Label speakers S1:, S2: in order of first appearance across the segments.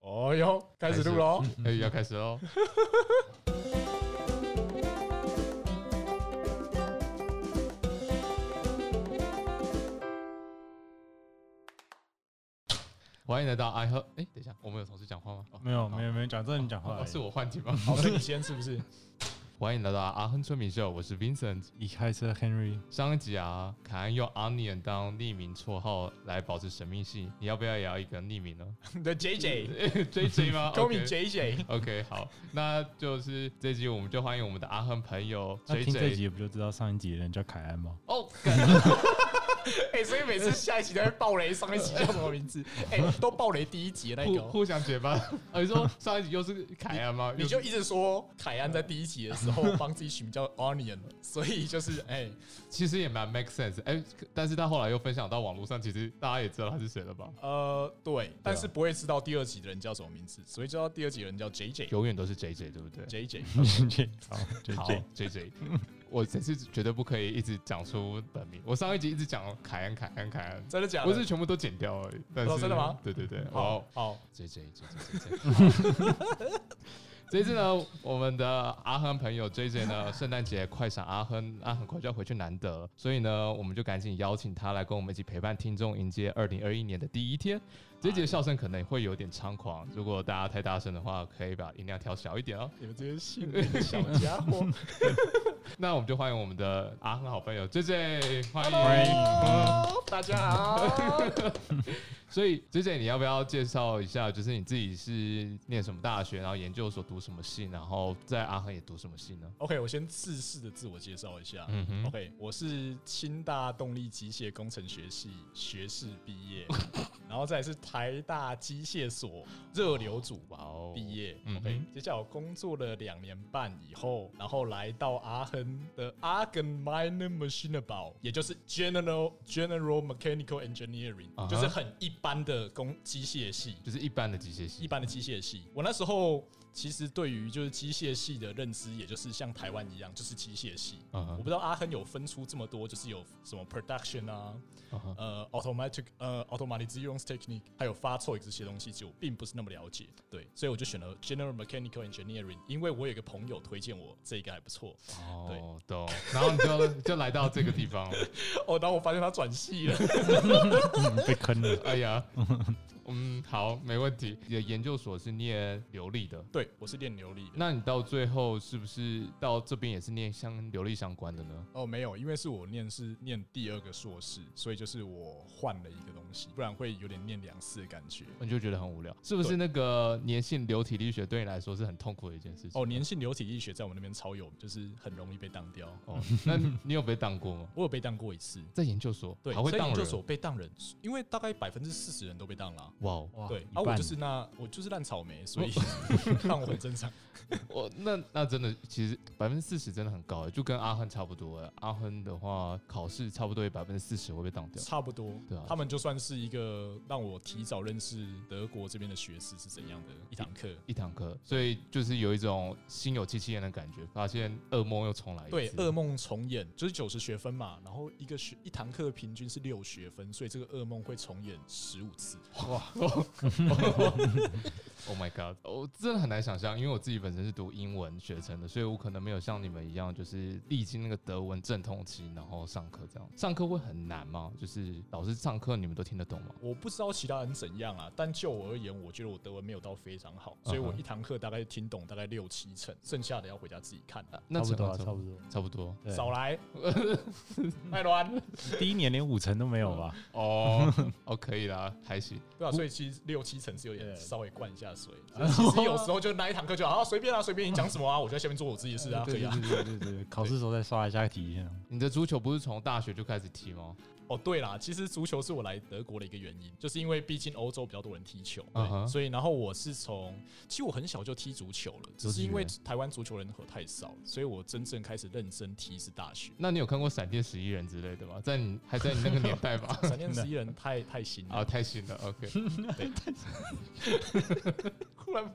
S1: 哦哟，开始录喽！
S2: 哎，要开始喽！ 欢迎来到 I 和哎，等一下，我们有同事讲话吗？哦
S3: 没有，没有，没有讲，这你讲话
S2: 哦
S3: 而已
S2: 是我幻听吗？
S1: 好，哦是你先是不是？
S2: 欢迎来到阿亨村民秀，我是 Vincent。
S3: 你开车，Henry，
S2: 上一集啊，凯恩用 Onion 当匿名绰号来保持神秘性，你要不要也要一个匿名呢
S1: 你的 J J，
S2: ？J J 吗
S1: 高敏
S2: ？OK
S1: J J，
S2: OK，好，那就是这集我们就欢迎我们的阿亨朋友
S3: 那
S2: J
S3: 听这
S2: J。
S3: 集不就知道上一集的人叫凯安吗？
S2: 哦，干
S1: 哎，所以每次下一集都会爆雷，上一集叫什么名 字？哎，都爆雷第一集的那
S2: 互
S1: 个哦，
S2: 互 相结巴。哦，你说上一集又是凯安吗？
S1: 你就
S2: 又
S1: 一直说凯安在第一集的时候帮自己取名叫 Onion，所以就是哎，
S2: 其实也蛮 make sense。哎，但是他后来又分享到网络上，其实大家也知道他是谁了吧？
S1: 呃，对，但是不会知道第二集的人叫什么名字，所以知道第二集的人叫 J J
S2: 永远都是 J J，对不对？
S1: J J。
S3: 好，就
S2: 好
S3: 这样。
S2: ，J J，我这次绝对不可以一直讲出本名。我上一集一直讲凯安，凯安，凯安，
S1: 真的假的？
S2: 我是全部都剪掉而已。但是
S1: 哦真的吗
S2: 对对对，好
S1: 好，好，
S2: J J J J J J。这一 次呢，我们的阿亨朋友 J J 呢，圣诞节快闪阿亨，阿很快就要回去南德，所以呢，我们就赶紧邀请他来跟我们一起陪伴听众迎接二零二一年的第一天。这一集的笑声可能会有点猖狂，如果大家太大声的话，可以把音量调小一点哦。
S1: 你们这些性冷的小家 伙，
S2: 那我们就欢迎我们的阿亨好朋友 J J，欢迎。
S3: 欢迎
S1: Hello，大家好。
S2: 所以 J J，你要不要介绍一下，就是你自己是念什么大学，然后研究所读什么系，然后在阿亨也读什么系呢？
S1: OK，我先自式的自我介绍一下。
S2: 嗯哼
S1: OK，我是清大动力机械工程学系学士毕 业，然后再来是台大机械所热流组
S2: 哇哦
S1: 毕业。
S2: 嗯哼
S1: OK，接下来我工作了两年半以后，然后来到阿亨的阿根 Minor Machine b a 也就是 General General Mechanical Engineering，、
S2: 啊哈
S1: 就是很一般的工机械系。
S2: 就是一般的机械系，
S1: 一般的机械系。我那时候其实对于就是机械系的认知，也就是像台湾一样，就是机械系。
S2: 嗯
S1: 我不
S2: 哼，
S1: 知道阿亨有分出这么多，就是有什么 production 啊，
S2: 嗯哼
S1: 呃，automatic 呃 automatization technique，还有发臭这些东西，其实我并不是那么了解。对，所以我就选了 general mechanical engineering，因为我有一个朋友推荐我这个还不错。
S2: 哦，懂。然后你就 就来到这个地方，
S1: 哦，然后我发现他转系了。
S3: 嗯被坑了。
S2: 哎呀，嗯，好，没问题。你的研究所是念流利的，
S1: 对，我是练流力的。
S2: 那你到最后是不是到这边也是念相流利相关的呢？
S1: 哦，没有，因为是我念是念第二个硕士，所以就是我换了一个东西，不然会有点念两次的感觉。
S2: 你就觉得很无聊，是不是？
S1: 对
S2: 那个粘性流体力学对你来说是很痛苦的一件事情。
S1: 哦，粘性流体力学在我们那边超有名，就是很容易被当掉。
S2: 哦，那你你有被当过吗？
S1: 我有被当过一次，
S2: 在研究所，
S1: 对，
S2: 还会
S1: 所以
S2: 当
S1: 研究
S2: 人，
S1: 所被当人，因为大概百分之四十人都被当了啊、
S2: 哇哦，
S3: 哇
S1: 对，
S3: 一
S1: 啊，我
S3: 半
S1: 就是那我就是烂草莓， 所以让我很正常。
S2: 我哦那那真的，其实百分之四十真的很高欸，就跟阿亨差不多欸。阿亨的话，考试差不多也百分之四十会被当掉。
S1: 差不多
S2: 对啊，
S1: 他们就算是一个让我提早认识德国这边的学士是怎样的一堂课。
S2: 一堂课，所以就是有一种心有戚戚焉的感觉，发现噩梦又重来一次。
S1: 对，噩梦重演就是九十学分嘛，然后一个学一堂课平均是六学分，所以这个噩梦会重演十五次。
S2: Oh my god！我真的很难想象，因为我自己本身是读英文学成的，所以我可能没有像你们一样，就是历经那个德文阵痛期，然后上课这样。上课会很难吗？就是老师上课你们都听得懂吗？
S1: 我不知道其他人怎样啊，但就我而言，我觉得我德文没有到非常好，所以我
S2: 嗯哼
S1: 一堂课大概听懂大概六七成，剩下的要回家自己看。
S2: 那
S3: 差不多啊，
S2: 成
S3: 差
S2: 吗
S3: 不多。
S2: 差不 多
S3: 对
S1: 少来，麦乱，
S3: 第一年连五成都没有吧？
S2: 哦哦，可以啦，还行。
S1: 对啊，所以其实六七成是有点
S3: 对
S1: 稍微灌一下 水。其实有时候就那一堂课就啊随便啊随便你讲什么啊，我就在下面做我自己的事啊，可以
S3: 对
S1: 啊。
S3: 对对对对，考试时候再刷一下题这样。
S2: 你的足球不是从大学就开始踢吗？
S1: 哦，对啦，其实足球是我来德国的一个原因，就是因为毕竟欧洲比较多人踢球，对
S2: 嗯哼。
S1: 所以然后我是从，其实我很小就踢足球了，只是因为台湾足球人口太少，所以我真正开始认真踢是大 学
S2: 那你有看过《闪电十一人》之类的吗？在你还在你那个年代 吧？
S1: 闪电十一人太太新
S2: 啊，
S1: 了，
S2: 太新了，OK。
S1: 忽然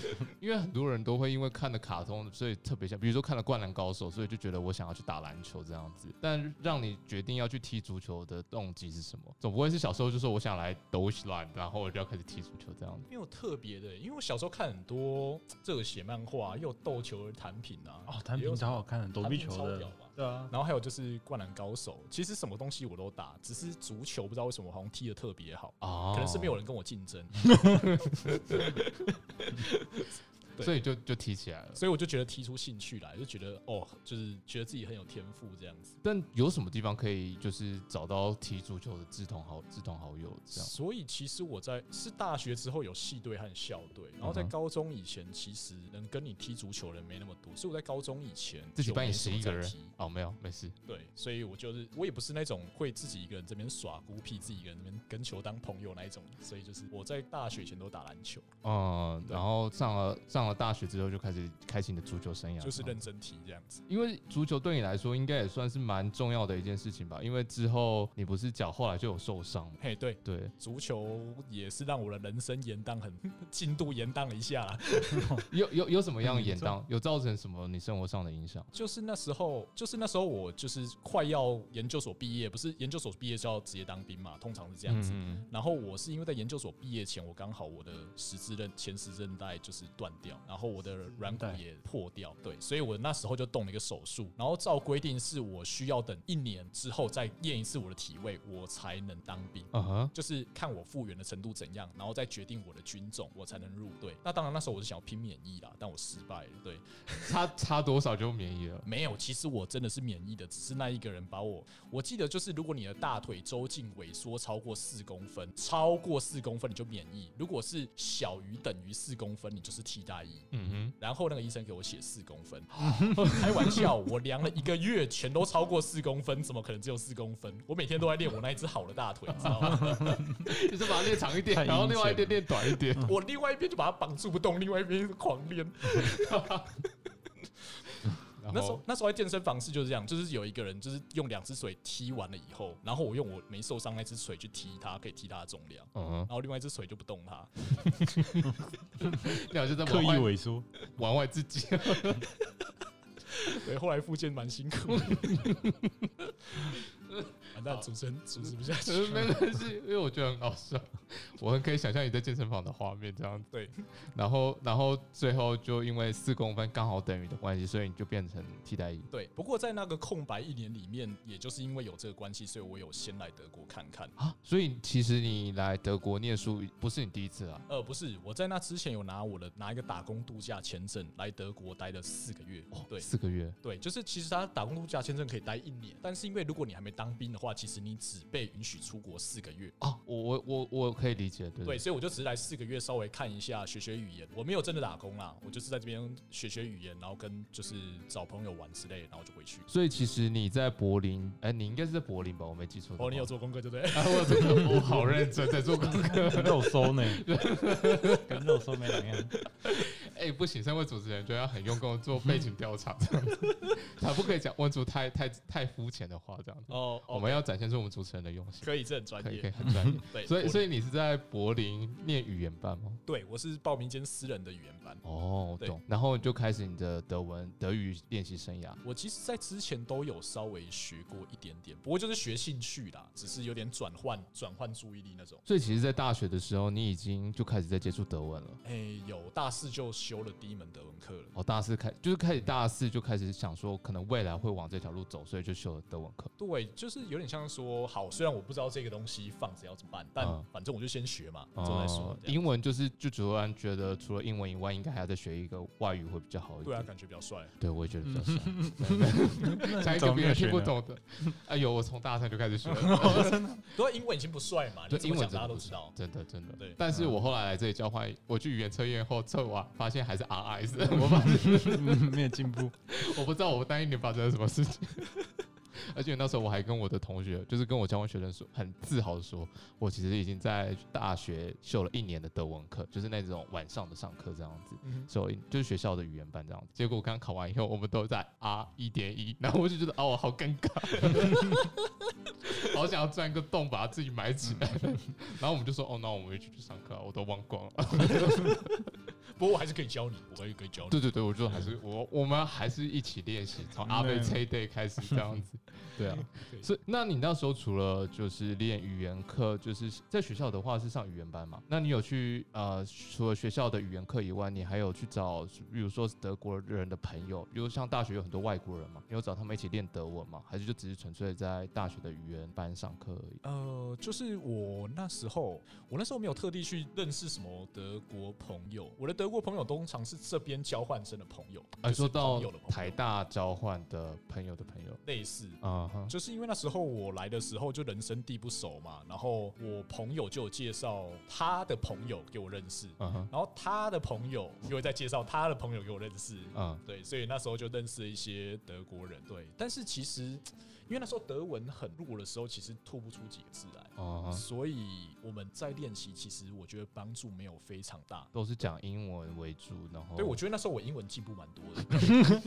S2: 因为很多人都会因为看了卡通，所以特别想，比如说看了《灌篮高手》，所以就觉得我想要去打篮球这样子。但让你决定要去踢足球的动机是什么？总不会是小时候就说我想来 d o s h l a n 然后我就要开始踢足球这样子。
S1: 没有特别的，因为我小时候看很多热血漫画，也有斗球儿弹品啊，
S3: 哦，弹
S1: 也有
S3: 屏超好看的，躲避球
S1: 弹屏超屌
S3: 的，
S1: 吧
S3: 对啊，
S1: 然后还有就是灌篮高手，其实什么东西我都打，只是足球不知道为什么我好像踢的特别好，
S2: 哦
S1: 可能是没有人跟我竞争，对
S2: 所以就就提起来了。
S1: 所以我就觉得踢出兴趣来，就觉得哦，就是觉得自己很有天赋这样子。
S2: 但有什么地方可以就是找到踢足球的志同好志同好友这样？
S1: 所以其实我在是大学之后有系队和校队，然后在
S2: 嗯哼
S1: 高中以前其实能跟你踢足球的人没那么多，所以我在高中以前
S2: 自己
S1: 就
S2: 班也
S1: 没什
S2: 十
S1: 么
S2: 一个
S1: 在
S2: 人
S1: 踢
S2: 哦，没有，没事。
S1: 对，所以我就是我也不是那种会自己一个人这边耍孤僻，自己一个人这边跟球当朋友那一种，所以就是我在大学以前都打篮球，
S2: 嗯，
S1: 对
S2: 然后上了上了大学之后就开始开启你的足球生涯，
S1: 就是
S2: 嗯
S1: 认真踢这样子。
S2: 因为足球对你来说应该也算是蛮重要的一件事情吧，因为之后你不是脚后来就有受伤吗？
S1: 嘿，对，
S2: 对，
S1: 足球也是让我的人生延宕很 进度延宕了一下啦。
S2: 有有有什么样的
S3: 嗯
S2: 延宕？有造成什么你生活上的影响？
S1: 就是那时候，就是那时候我就是快要研究所毕业，不是研究所毕业就要直接当兵嘛，通常是这样子。
S2: 嗯
S1: 然后我是因为在研究所毕业前，我刚好我的十字韧前十字韧带就是断掉，然后我的软骨
S3: 带
S1: 也破掉，对，所以我那时候就动了一个手术。然后照规定是我需要等一年之后再验一次我的体位，我才能当兵。
S2: 嗯哼，
S1: 就是看我复原的程度怎样，然后再决定我的军种，我才能入队。那当然，那时候我是想要拼免疫啦，但我失败了。对，
S2: 差差多少就免疫了？
S1: 没有，其实我真的是免疫的，只是那一个人把我，我记得就是，如果你的大腿周径萎缩超过四公分，超过四公分你就免疫；如果是小于等于四公分，你就是替代役。
S2: 嗯
S1: 然后那个医生给我写四公分，开玩笑，我量了一个月，全都超过四公分，怎么可能只有四公分？我每天都在练我那一只好的大腿，你知道吗？
S2: 哼，就是把它练长一点，
S3: 太阴
S2: 然后另外一
S3: 险
S2: 边练短一点。
S1: 我另外一边就把它绑住不动，另外一边狂练。
S2: 然
S1: 那时候
S2: 后
S1: 那时候在健身房是就是这样，就是有一个人就是用两只水踢完了以后，然后我用我没受伤那只水去踢它，可以踢它的重量。
S2: 嗯哼
S1: 然，后另外一只水就不动 它，
S2: 你好像在
S3: 刻
S2: 玩
S3: 意
S2: 坏
S3: 萎缩，
S2: 玩坏自己。
S1: 对，后来复健蛮辛苦的。 完蛋，主持人主持不下去。
S2: 没关系，因为我觉得很搞笑，我很可以想象你在健身房的画面这样子。
S1: 对，
S2: 然后然后最后就因为四公分刚好等于的关系，所以你就变成替代役。
S1: 对，不过在那个空白一年里面，也就是因为有这个关系，所以我有先来德国看看。
S2: 啊，所以其实你来德国念书不是你第一次啊，
S1: 呃，不是，我在那之前有拿我的拿一个打工度假签证来德国待了哦四个月。对，
S2: 四个月，
S1: 对，就是其实他打工度假签证可以待一年，但是因为如果你还没当兵的话，其实你只被允许出国四个月。
S2: 哦，我我我我可以理解，对
S1: 对，所以我就只是来四个月，稍微看一下，学学语言。我没有真的打工啦，我就是在这边学学语言，然后跟就是找朋友玩之类，然后就回去。
S2: 所以其实你在柏林，哎、你应该是在柏林吧？我没记错的话。
S1: 哦，你有做功课对不对？
S2: 啊？我真的我好认真在做功课。
S3: 跟肉搜呢，跟肉搜没两样。
S2: 哎、不行，身为主持人就要很用功地做背景 调查，这样子，他不可以讲问出太太太肤浅的话，这样子。
S1: 哦，
S2: 我
S1: 哦，
S2: 们要展现出我们主持人的用心，
S1: 可以，这很专
S2: 可以可以
S1: 业。嗯
S2: 很专 业。
S1: 对，
S2: 所以
S1: 我
S2: 所以你是在柏林念语言班吗？
S1: 对我是报名间私人的语言班。
S2: 哦，
S1: 对
S2: 懂。然后你就开始你的德文德语练习生涯。
S1: 我其实，在之前都有稍微学过一点点，不过就是学兴趣啦，只是有点转换转换注意力那种。
S2: 所以其实，在大学的时候，你已经就开始在接触德文了。
S1: 哎、有大四就修了第一门德文课了。
S2: 哦，大四开就是开始大四就开始想说，可能未来会往这条路走，所以就修了德文课。
S1: 对，就是有点像说，好，虽然我不知道这个东西放着要怎么办，但
S2: 嗯哦
S1: 反正我就先学嘛，之后再说。这样
S2: 英文就是就主要觉得除了英文以外，应该还要再学一个外语会比较好一
S1: 对啊，
S2: 点。
S1: 感觉比较帅。
S2: 对，我也觉得比较 帅，讲一个别人听不懂的。哎呦，我从大三就开始学了，
S1: 对，啊英文已经不帅嘛，你
S2: 对，
S1: 怎
S2: 英
S1: 么
S2: 文
S1: 讲
S2: 真
S1: 大家
S2: 的不
S1: 都
S2: 是
S1: 知道。
S2: 真的真的。
S1: 对啊
S2: 但是我后来来这里交换，我去语言测验后测完，发现还是 RS，我发现
S3: 嗯没有进步，
S2: 我不知道我那一年发生了什么事情。 而且那时候我还跟我的同学，就是跟我交换学生说，很自豪的说，我其实已经在大学修了一年的德文课，就是那种晚上的上课这样子，
S1: 嗯
S2: 所以就是学校的语言班这样子。结果我刚考完以后，我们都在 R 一点一， 然后我就觉得哦，好尴尬， 好想要钻个洞把它自己 埋起来。然后我们就说哦，那我们一起去上课啊、我都忘光了。
S1: 不过我还是可以教你，我还是可以教你。
S2: 对对对，我就还
S1: 嗯
S2: 是我我们还是一起练习，从阿贝这一 day 开始这 样子。对啊，
S1: 对
S2: 所以那你那时候除了就是练语言课，就是在学校的话是上语言班嘛？那你有去呃，除了学校的语言课以外，你还有去找，比如说是德国人的朋友，比如像大学有很多外国人嘛，你有找他们一起练德文吗？还是就只是纯粹在大学的语言班上课而已？
S1: 呃，就是我那时候，我那时候没有特地去认识什么德国朋友，我的德国朋友通常是这边交换生的朋友，就
S2: 啊，
S1: 是
S2: 说到
S1: 朋友的朋友
S2: 台大交换的朋友的朋友
S1: 类似。
S2: 啊哈，
S1: 就是因为那时候我来的时候就人生地不熟嘛，然后我朋友就有介绍他的朋友给我认识，
S2: 嗯哼，
S1: 然后他的朋友又会再介绍他的朋友给我认识，
S2: 嗯
S1: 对，所以那时候就认识了一些德国人，对。但是其实因为那时候德文很弱的时候，其实吐不出几个字来，
S2: 啊哈。
S1: 所以我们在练习，其实我觉得帮助没有非常大。
S2: 都是讲英文为主，然后
S1: 对，我觉得那时候我英文进步蛮多的。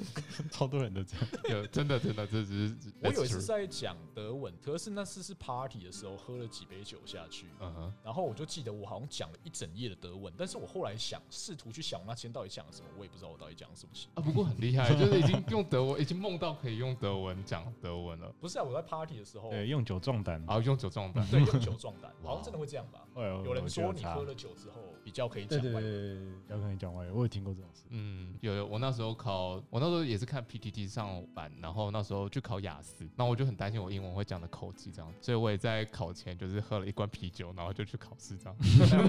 S3: 超多人都这样。
S2: 有真的真的，这只是
S1: 我有一
S2: that's
S1: 次
S2: true
S1: 在讲德文，可是那次是 party 的时候喝了几杯酒下去，
S2: 嗯哼，
S1: 然后我就记得我好像讲了一整夜的德文，但是我后来想试图去想我那天到底讲了什么，我也不知道我到底讲了什么。
S2: 啊，不过很厉害， 就是已经用德文，已经梦到可以用德文讲德文了，
S1: 不是啊，我在 party 的时候，
S2: 哎
S3: 对，用酒壮胆。
S2: 然后用酒壮胆，
S1: 对，用酒壮胆，
S2: 哇
S1: 好像真的会这样吧？
S3: 哎呦，
S1: 有人说你喝
S3: 我觉得有差
S1: 了酒之后比较可以
S3: 对
S1: 讲
S3: 对
S1: 外
S3: 对
S1: 语，
S3: 对对，不要跟你讲外语，我有听过这种事。
S2: 嗯，有有，我那时候考，我那时候也是看 PTT 上版，然后那时候去考雅思，那我就很担心我英文会讲的口技这样，所以我也在考前就是喝了一罐啤酒，然后就去考试这样。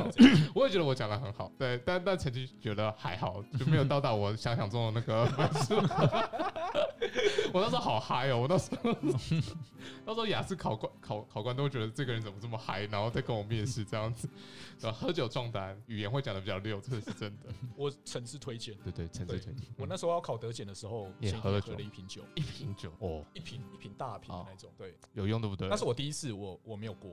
S2: 我也觉得我讲的很好，对，但但成绩觉得还好，就没有到达我想象中的那个分数。 我那时候好嗨哦，我那时候那时候雅思考官考考官都觉得这个人怎么这么嗨，然后再跟我面试这样子，对吧？喝酒壮胆，语言会讲的比较溜，这个是真的。
S1: 哎我诚挚推 荐。
S2: 对对，陈志
S1: 对
S2: 全，
S1: 我那时候要考德检的时候，
S2: 也
S1: 前一
S2: 喝了
S1: 天
S2: 酒
S1: 喝了一瓶酒，
S2: 一瓶酒哦，
S1: 一瓶一瓶大瓶的那种。对，
S2: 有用对不对
S1: 那？是我第一次，我我没有过。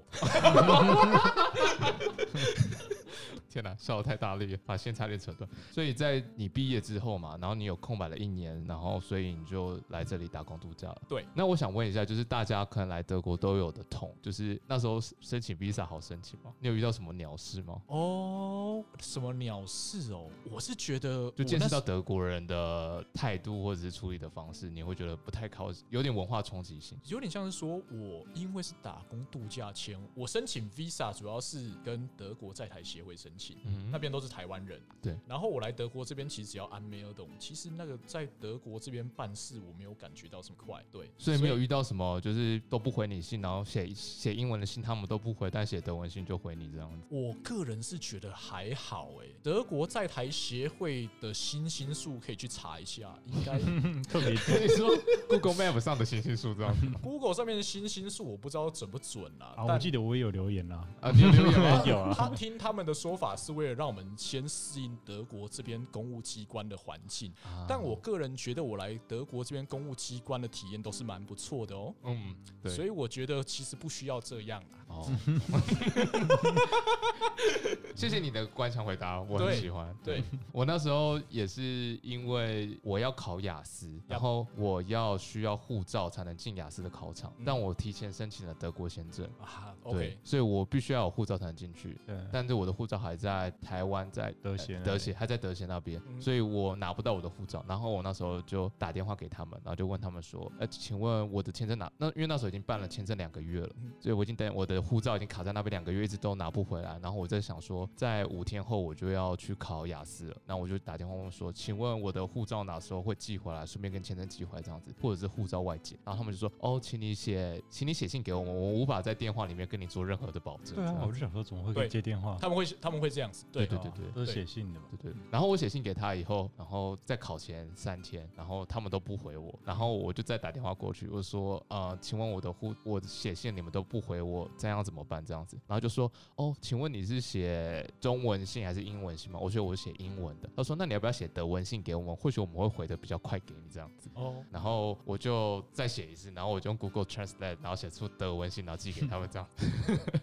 S2: 天哪，笑得太大力了，把线差点扯断。所以在你毕业之后嘛，然后你有空白了一年，然后所以你就来这里打工度假了。
S1: 对，
S2: 那我想问一下，就是大家可能来德国都有的痛，就是那时候申请 visa 好申请吗？你有遇到什么鸟事吗？
S1: 哦，什么鸟事哦？我是觉得
S2: 就见识到
S1: 我
S2: 德国人的态度或者是处理的方式，你会觉得不太靠，有点文化冲击性。
S1: 那时有点像是说，我因为是打工度假签，我申请 visa 主要是跟德国在台协会申请。
S2: 嗯
S1: 那边都是台湾人，
S2: 对。
S1: 然后我来德国这边，其实只要安梅尔懂，其实那个在德国这边办事，我没有感觉到什么快，对，
S2: 所以没有遇到什么，就是都不回你信，然后写写英文的信他们都不回，但写德文信就回你这样子。
S1: 我个人是觉得还好诶、德国在台协会的星星数可以去查一下，应 该
S3: 特别
S2: 所以说 Google Map 上的星星 数这样子
S1: Google 上面的星星数我不知道准不准啦、
S3: 啊，我
S1: 但
S3: 记得我也有留言啦，
S2: 啊，你有留言吗？
S3: 有啊
S1: 他听他们的说法是为了让我们先适应德国这边公务机关的环境，
S2: 啊
S1: 但我个人觉得我来德国这边公务机关的体验都是蛮不错的哦、
S2: 嗯，对，
S1: 所以我觉得其实不需要这样啊啦。
S2: 哦， 谢谢你的官腔回答，我很
S1: 对
S2: 喜欢。
S1: 对，
S2: 我那时候也是因为我要考雅思，然后我要需要护照才能进雅思的考场，
S1: 嗯
S2: 但我提前申请了德国签证，
S1: 啊
S2: 对
S1: ，OK，，
S2: 所以我必须要有护照才能进去。
S3: 对，
S2: 但是我的护照还在台湾，在
S3: 德协那里
S1: 啊
S2: 德协还在德协那边，
S1: 嗯
S2: 所以我拿不到我的护照。然后我那时候就打电话给他们，然后就问他们说：“呃，请问我的签证拿？那因为那时候已经办了签证两个月了
S1: 嗯，
S2: 所以我已经等我的护照已经卡在那边两个月，一直都拿不回来。然后我在想说，在五天后我就要去考雅思了，那我就打电话问说：请问我的护照哪时候会寄回来？顺便跟签证寄回来这样子，或者是护照外借？然后他们就说：哦，请你写，请你写信给我们，我无法在电话里面跟你做任何的保证。
S3: 对
S2: 这
S3: 啊
S2: 样，子
S3: 我就想说怎么会可
S1: 对
S3: 以接电话？
S1: 他们会他们会这样子，对哦
S2: 对
S1: 对
S2: 对对对
S3: 都是写信的嘛。
S2: 对对。然后我写信给他以后，然后在考前三天，然后他们都不回我，然后我就再打电话过去，我就说呃，请问我的护我的写信你们都不回我，这样怎么办？这样子，然后就说哦，请问你是写中文信还是英文信吗？我说我写英文的。他说那你要不要写德文信给我们？或许我们会回的比较快给你这样子。
S1: 哦，
S2: 然后我就再写一次，然后我就用 Google Translate，然后写出德文信，然后寄给他们这样。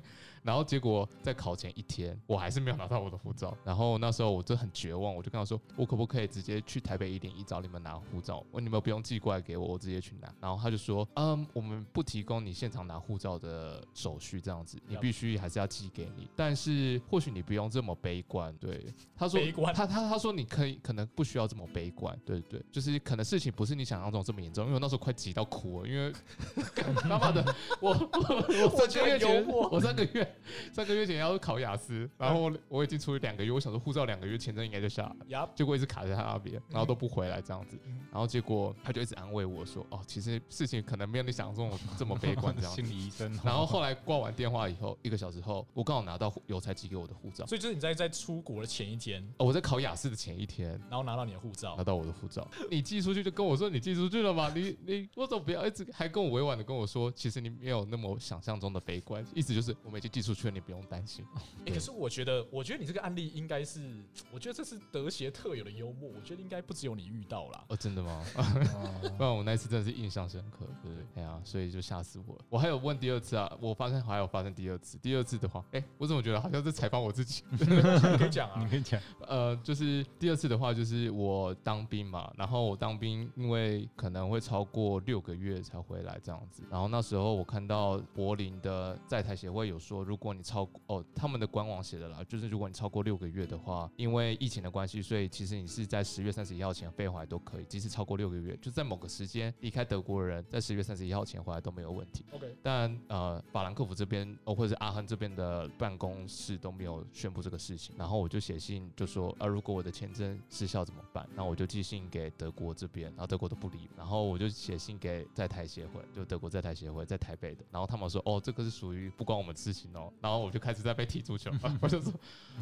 S2: 然后结果在考前一天，我还是没有拿到我的护照。然后那时候我就很绝望，我就跟他说，我可不可以直接去台北一零一找你们拿护照？我你们不用寄过来给我，我直接去拿。然后他就说，嗯，我们不提供你现场拿护照的手续，这样子，你
S1: Yup
S2: 必须还是要寄给你。但是或许你不用这么悲观，对。他说
S1: 悲观
S2: 他他他说你可以可能不需要这么悲观，对对对，就是可能事情不是你想象中这么严重，因为我那时候快急到哭了，因为 他妈的我我我三个
S1: 觉得幽
S2: 月前
S1: 默
S2: 我三个月三个月前要考雅思，然后我已经出去两个月，我想说护照两个月签证应该就下来了。
S1: 呀，
S2: 结果一直卡在他那边，然后都不回来这样子，然后结果他就一直安慰我说：“哦，其实事情可能没有你想象中这么悲观这样子
S3: 心。理 医生”。
S2: 然后后来挂完电话以后，一个小时后，我刚好拿到邮差寄给我的护照。
S1: 所以就是你在在出国的前一天，
S2: 哦我在考雅思的前一天
S1: 然后拿到你的护照
S2: 拿，到我的护照，你寄出去就跟我说你寄出去了吗？你你为什么不要一直还跟我委婉的跟我说，其实你没有那么想象中的悲观，意思就是我们已经寄出去了，你不用担心。
S1: 哎、可是我觉得，我觉得你这个案例应该是，我觉得这是德协特有的幽默，我觉得应该不只有你遇到啦。
S2: 哦，真的吗？ 不然我那次真的是印象深刻，对哎呀、所以就吓死我了。我还有问第二次啊，我发现还有发生第二次，第二次的话，哎、我怎么觉得好像在采访我自己？
S1: 可以讲
S3: 你
S1: 啊，
S3: 可 以讲，
S2: 呃，就是第二次的话，就是我当兵嘛，然后我当兵，因为可能会超过六个月才回来这样子。然后那时候我看到柏林的在台协会有说，如果你超过哦，他们的官网写的啦，就是如果你超过六个月的话，因为疫情的关系，所以其实你是在十月三十一号前飞回来都可以，即使超过六个月，就在某个时间离开德国的人，在十月三十一号前回来都没有问题。
S1: ，OK，
S2: 但呃，法兰克福这边、哦、或者是阿亨这边的办公室都没有宣布这个事情，然后我就写信就说，啊，如果我的签证失效怎么办？然后我就寄信给德国这边，然后德国都不理，然后我就写信给在台协会，就德国在台协会在台北的，然后他们说，哦，这个是属于不关我们事情哦， 然后我就开始在被踢足球，我就说，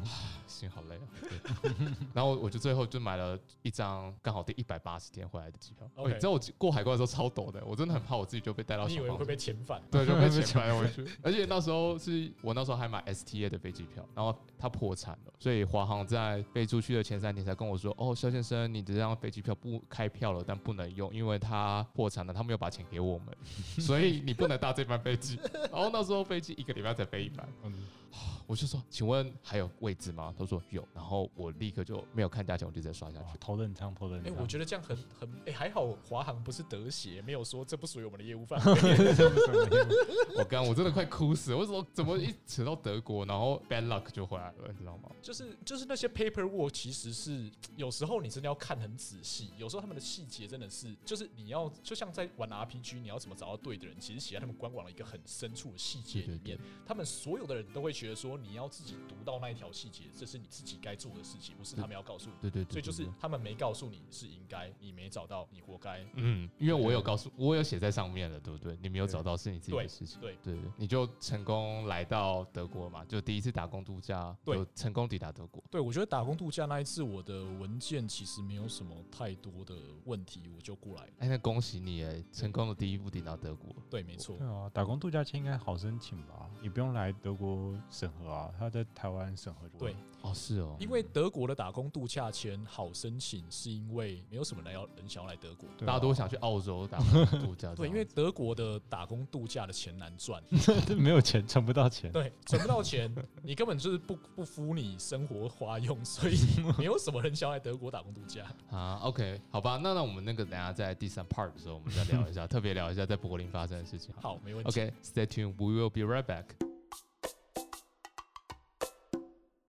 S2: 啊，心好累啊，对然后我就最后就买了一张刚好第一百八十天回来的机票，哦
S1: OK
S2: 你知道我过海关的时候超抖的，我真的很怕我自己就被带到
S1: 你以
S2: 小
S1: 为
S2: 房
S1: 会被
S2: 间
S1: 遣返？
S2: 对，就被遣返回去。而且那时候是我那时候还买 STA 的飞机票，然后它破产了，所以华航在飞出去的前三天才跟我说：“哦，肖先生，你这张飞机票不开票了，但不能用，因为它破产了，他没有把钱给 我们，所以你不能搭这班飞机。”然后那时候飞机一个礼拜才飞一班，
S3: 嗯
S2: 我就说：“请问还有位置吗？”他说：“有。”然后我立刻就没有看价钱，我就直接刷下
S3: 哇
S2: 去。
S3: 头等舱，头等
S1: 哎、
S3: 舱。
S1: 我觉得这样很很哎、还好华航不是德协，没有说这不属于我们的业务范 围。
S2: 我刚我真的快哭死了，我怎么怎么一扯到德国，然后 bad luck 就回来了，你知道吗？
S1: 就是就是那些 paperwork，其实是有时候你真的要看很仔细，有时候他们的细节真的是，就是你要就像在玩 RPG，你要怎么找到对的人，其实写在他们官网的一个很深处的细节里面。
S2: 对对对
S1: 他们所有的人都会觉得说，你要自己读到那一条细节，这是你自己该做的事情，不是他们要告诉你。
S2: 对对对，
S1: 所以就
S2: 对
S1: 是
S2: 对
S1: 他们没告诉你是应该，你没找到，你活该。
S2: 嗯，因为我有
S3: 对
S2: 告诉，我有写在上面了，对不对？你没有找到是你自己的
S1: 啊嗯对
S2: 事情，
S1: 对
S2: 对对，你就成功来到德国嘛，就第一次打工度假，
S1: 对，
S2: 成功抵达德国。
S1: 对，我觉得打工度假那一次，我的文件其实没有什么太多的问题，我就过来了。
S2: 哎，那恭喜你哎，成功的第一步抵达德国。
S1: 对，没错。
S3: 对啊，打工度假签应该好申请吧？你不用来德国审核啊，他在台湾审核就。
S1: 对，
S2: 哦，是哦，
S1: 因为德国的打工度假签好申请，是因为没有什么人要人想要来德国。
S3: 对啊
S2: 大家都想去澳洲 打工度假这样。
S1: 对，因为德国的打工度假的钱难赚，
S3: 没有钱，存不到钱。
S1: 对，存不到钱，你根本就是不不敷你生活花用，所以没有什么人想要来德国打工度假。
S2: 啊，OK，好吧，那那我们那个等一下在第三 part 的时候，我们再聊一下，特别聊一下在柏林发生的事情。
S1: 好，没问题。
S2: ，OK，Stay tuned，We will be right back。